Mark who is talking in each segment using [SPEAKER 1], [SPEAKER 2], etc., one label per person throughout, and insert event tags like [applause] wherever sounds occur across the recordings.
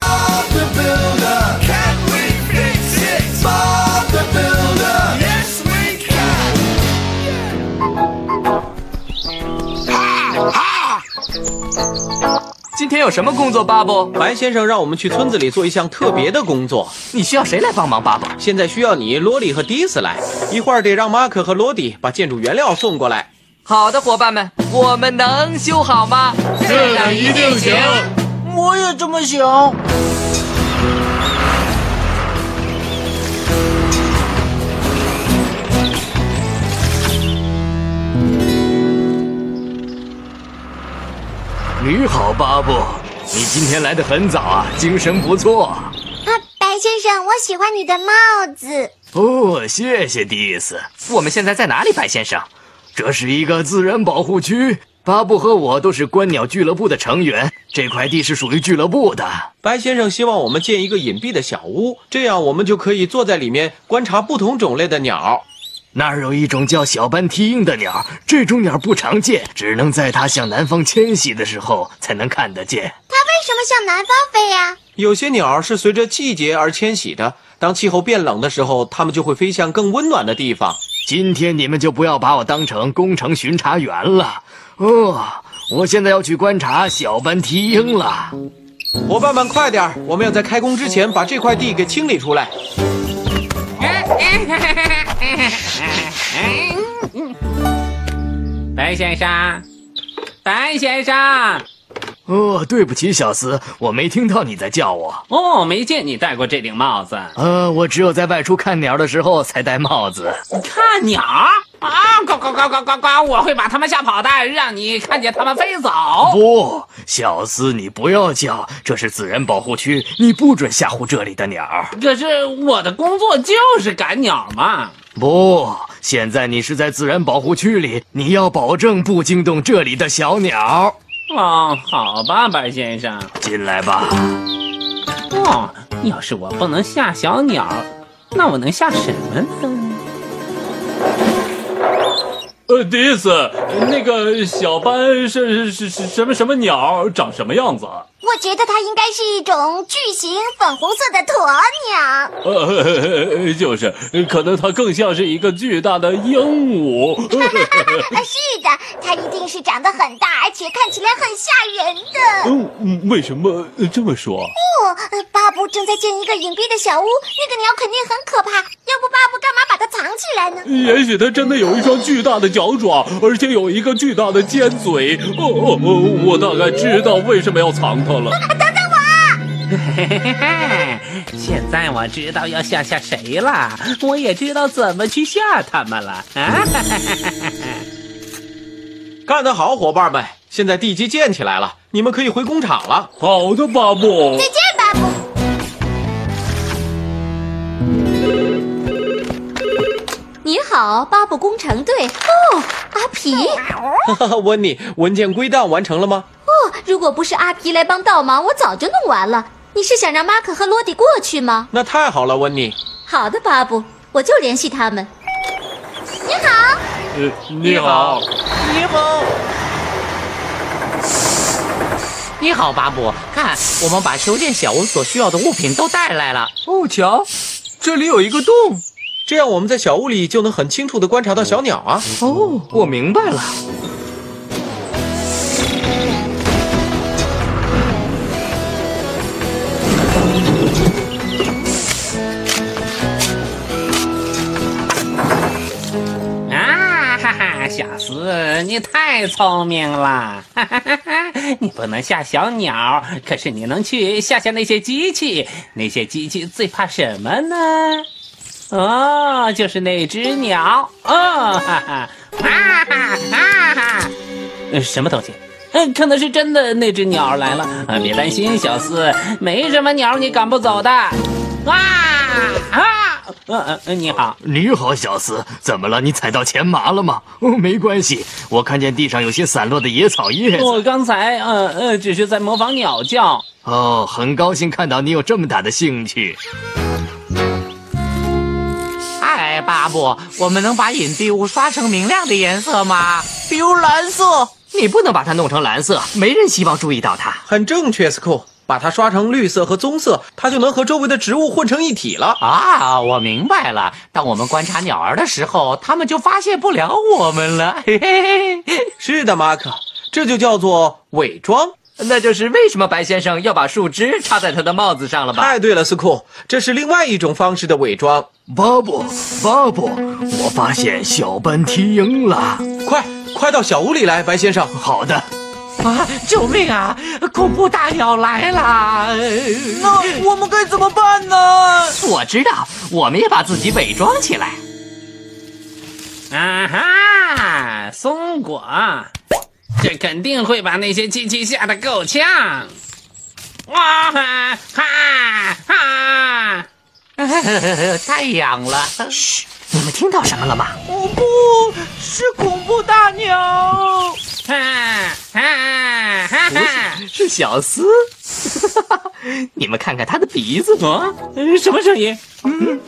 [SPEAKER 1] the Builder. Can we fix it? Bob the Builder. Yes, we can. Ha!
[SPEAKER 2] 今天有什么工作，巴布？
[SPEAKER 3] 白先生让我们去村子里做一项特别的工作，
[SPEAKER 2] 你需要谁来帮忙，巴布？
[SPEAKER 3] 现在需要你、罗里和迪斯来，一会儿得让马可和罗迪把建筑原料送过来。
[SPEAKER 2] 好的，伙伴们，我们能修好吗？这样一定行。
[SPEAKER 4] 我也这么想。
[SPEAKER 2] 你好，巴布，你今天来的很早啊，精神不错。
[SPEAKER 5] 啊，白先生，我喜欢你的帽子。
[SPEAKER 6] 哦，谢谢迪斯。
[SPEAKER 2] 我们现在在哪里，白先生？
[SPEAKER 6] 这是一个自然保护区，巴布和我都是观鸟俱乐部的成员，这块地是属于俱乐部的。
[SPEAKER 3] 白先生希望我们建一个隐蔽的小屋，这样我们就可以坐在里面观察不同种类的鸟。
[SPEAKER 6] 那儿有一种叫小斑蹄鹰的鸟，这种鸟不常见，只能在它向南方迁徙的时候才能看得见。
[SPEAKER 5] 它为什么向南方飞呀、
[SPEAKER 3] 有些鸟是随着季节而迁徙的，当气候变冷的时候，它们就会飞向更温暖的地方。
[SPEAKER 6] 今天你们就不要把我当成工程巡查员了。哦，我现在要去观察小斑蹄鹰了。
[SPEAKER 3] 伙伴们，快点儿，我们要在开工之前把这块地给清理出来。
[SPEAKER 7] 白先生，白先生，
[SPEAKER 6] 哦，对不起，小斯，我没听到你在叫我。
[SPEAKER 7] 哦，没见你戴过这顶帽子。
[SPEAKER 6] 呃，我只有在外出看鸟的时候才戴帽子。
[SPEAKER 7] 看鸟啊，呱呱呱呱呱呱！我会把它们吓跑的，让你看见它们飞走。
[SPEAKER 2] 哦
[SPEAKER 6] 不，小斯，你不要叫，这是自然保护区，你不准吓唬这里的鸟。
[SPEAKER 7] 可是我的工作就是赶鸟嘛。
[SPEAKER 6] 不，现在你是在自然保护区里，你要保证不惊动这里的小鸟。
[SPEAKER 7] 哦，好吧，白先生。
[SPEAKER 6] 进来吧，
[SPEAKER 7] 哦，要是我不能吓小鸟，那我能吓什么呢？
[SPEAKER 8] 呃，迪斯，那个小斑是是是什么什么鸟？长什么样子啊？
[SPEAKER 5] 我觉得它应该是一种巨型粉红色的鸵
[SPEAKER 8] [laughs]
[SPEAKER 5] 鸟。
[SPEAKER 8] 呃呵呵呵， [laughs] 就是，可能它更像是一个巨大的鹦鹉。
[SPEAKER 5] 啊，是的，它一定是长得很大，而且看起来很吓人的。
[SPEAKER 8] 嗯嗯，为什么这么说？
[SPEAKER 5] 不、呃巴布正在建一个隐蔽的小屋，那个鸟肯定很可怕。要不巴布干嘛把它藏起来呢？
[SPEAKER 8] 也许它真的有一双巨大的脚爪，而且有一个巨大的尖嘴。哦哦哦，我大概知道为什么要藏它了。
[SPEAKER 7] 嘿嘿嘿嘿， [laughs] 现在我知道要吓吓谁了，我也知道怎么去吓他们了啊！
[SPEAKER 3] 干得好，伙伴们！现在地基建起来了，你们可以回工厂了。
[SPEAKER 8] 好的，巴布
[SPEAKER 7] [laughs]
[SPEAKER 5] 再。见，巴布。
[SPEAKER 9] 你好，巴布工程队。哦，阿皮。
[SPEAKER 5] 嗯
[SPEAKER 3] 哈哈， [laughs] 温妮，文件归档完成了吗？
[SPEAKER 9] 哦，如果不是阿皮来帮倒忙，我早就弄完了。你是想让马可和罗迪过去吗？
[SPEAKER 3] 那太好了，温妮。
[SPEAKER 9] 好的，巴布，我就联系他们。
[SPEAKER 5] 你好，
[SPEAKER 8] 呃，你好。
[SPEAKER 2] 你好，
[SPEAKER 4] 你好，巴布，看，我们把修建小屋所需要的物品都带来了。
[SPEAKER 2] 哦，瞧，这里有一个洞。
[SPEAKER 3] 这样我们在小屋里就能很清楚地观察到小鸟啊。
[SPEAKER 6] 嗯
[SPEAKER 2] 哦，我明白了。
[SPEAKER 7] 啊哈哈，小斯，你太聪明了！ [laughs] 哈哈哈哈，你不能吓小鸟，可是你能去吓吓那些机器。那些机器最怕什么呢？哦，就是那只鸟。哦，哈哈，啊哈啊哈，呃什么东西？嗯，可能是真的那只鸟来了。啊，别担心，小四，没什么鸟你赶不走的。哇啊！嗯嗯嗯，你好。
[SPEAKER 6] 你好，小斯，怎么了？你踩到钱麻了吗？哦，没关系，我看见地上有些散落的野草叶
[SPEAKER 2] 哦
[SPEAKER 6] 子。
[SPEAKER 7] [laughs] 我刚才呃呃，只是在模仿鸟叫。
[SPEAKER 6] 哦，很高兴看到你有这么大的兴趣。
[SPEAKER 7] 啊
[SPEAKER 4] 哎，巴布，我们能把隐蔽物刷成明亮的颜色吗？比如蓝色。
[SPEAKER 10] 你不能把它弄成蓝色，没人希望注意到它。
[SPEAKER 3] 很正确，Sco，把它刷成绿色和棕色，它就能和周围的植物混成一体了。
[SPEAKER 4] 啊，我明白了。当我们观察鸟儿的时候，它们就发现不了我们了。嘿嘿嘿，
[SPEAKER 3] 是的，马可，这就叫做伪装。
[SPEAKER 10] 那就是为什么白先生要把树枝插在他的帽子上了吧？
[SPEAKER 3] 太对了，斯库，这是另外一种方式的伪装。
[SPEAKER 6] 巴布，巴布，我发现小斑听了，
[SPEAKER 3] 快快到小屋里来，白先生。
[SPEAKER 6] 好的。
[SPEAKER 4] 啊！救命啊！恐怖大鸟来啦！
[SPEAKER 2] 那我们该怎么办呢？
[SPEAKER 10] 我知道，我们也把自己伪装起来。
[SPEAKER 7] 啊哈！松果，这肯定会把那些机器吓得够呛。哇啊哈哈 [laughs] 哈！
[SPEAKER 4] 太痒了！
[SPEAKER 10] 嘘，你们听到什么了吗？
[SPEAKER 2] 哦不，是恐怖大鸟！
[SPEAKER 7] 哈哈哈哈！
[SPEAKER 10] 是小斯， [laughs] 你们看看他的鼻子。
[SPEAKER 7] 啊，什么声音？嗯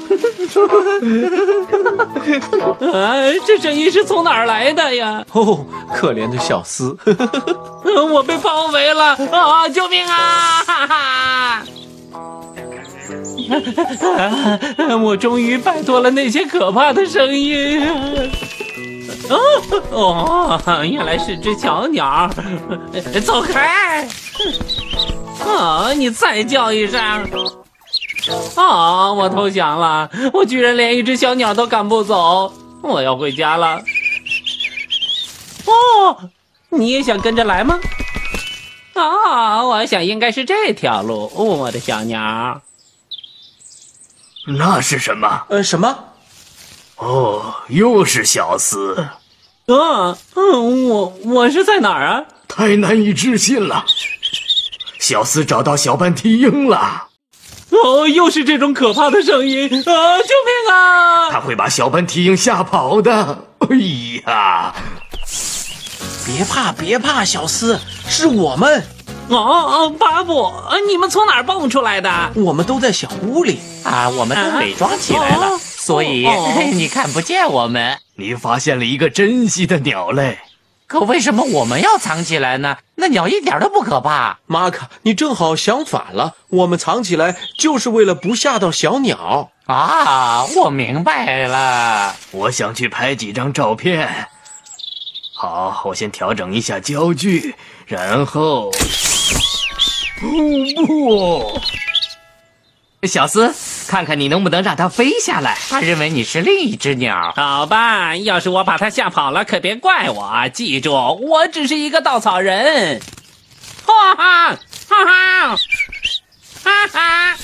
[SPEAKER 7] 啊，这声音是从哪儿来的呀？
[SPEAKER 3] 哦，可怜的小斯，
[SPEAKER 7] 呃 [laughs] 我被包围了啊！救命啊！ [laughs] 哈哈！啊我终于摆脱了那些可怕的声音。啊哦，原来是只小鸟，走开！啊，你再叫一声！啊，我投降了，我居然连一只小鸟都赶不走，我要回家了。哦，你也想跟着来吗？啊，我想应该是这条路，哦我的小鸟。
[SPEAKER 6] 那是什么？
[SPEAKER 3] 呃，什么？
[SPEAKER 6] 哦，又是小斯，
[SPEAKER 7] 啊，嗯，我我是在哪儿啊？
[SPEAKER 6] 太难以置信了。小斯找到小斑听了，
[SPEAKER 7] 哦，又是这种可怕的声音啊！救命啊！
[SPEAKER 6] 他会把小斑听吓跑的。哎呀，
[SPEAKER 3] 别怕，别怕，小斯，是我们，
[SPEAKER 7] 哦哦，巴布，啊你们从哪儿蹦出来的？
[SPEAKER 3] 我们都在小屋里。
[SPEAKER 4] 啊，我们都伪装起来了，
[SPEAKER 7] 啊
[SPEAKER 4] 所以、
[SPEAKER 7] 哦哦
[SPEAKER 4] [laughs] 你看不见我们。
[SPEAKER 6] 你发现了一个珍稀的鸟类。
[SPEAKER 4] 可为什么我们要藏起来呢？那鸟一点都不可怕。
[SPEAKER 3] 马可，你正好相反了，我们藏起来就是为了不吓到小鸟。
[SPEAKER 4] 啊，我明白了。
[SPEAKER 6] 我想去拍几张照片。好，我先调整一下焦距，然后……哦不！
[SPEAKER 10] 小斯，看看你能不能让它飞下来。
[SPEAKER 4] 他认为你是另一只鸟。
[SPEAKER 7] 好吧，要是我把他吓跑了，可别怪我。啊记住，我只是一个稻草人。哈哈哈哈，哈哈！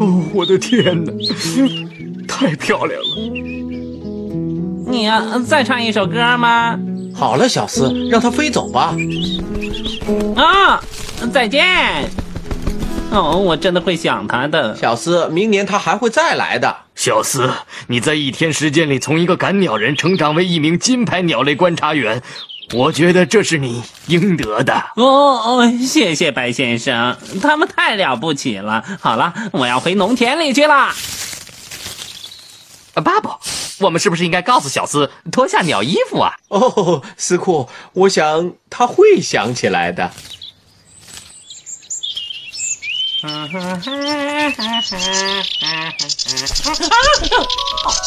[SPEAKER 6] 哦，我的天哪！太漂亮了！
[SPEAKER 7] 你要呃再唱一首歌吗？
[SPEAKER 3] 好了，小斯，让它飞走吧。
[SPEAKER 7] 啊、再见。哦，我真的会想他的。
[SPEAKER 3] 小斯，明年它还会再来的。
[SPEAKER 6] 小斯，你在一天时间里从一个赶鸟人成长为一名金牌鸟类观察员，我觉得这是你应得的。
[SPEAKER 7] 哦哦，谢谢白先生，他们太了不起了。好了，我要回农田里去了。 [laughs]
[SPEAKER 10] 啊，巴布，我们是不是应该告诉小斯脱下鸟衣服啊？
[SPEAKER 3] 哦，斯库，我想它会想起来的。
[SPEAKER 7] 啊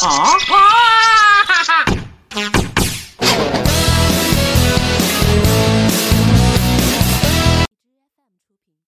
[SPEAKER 7] 啊！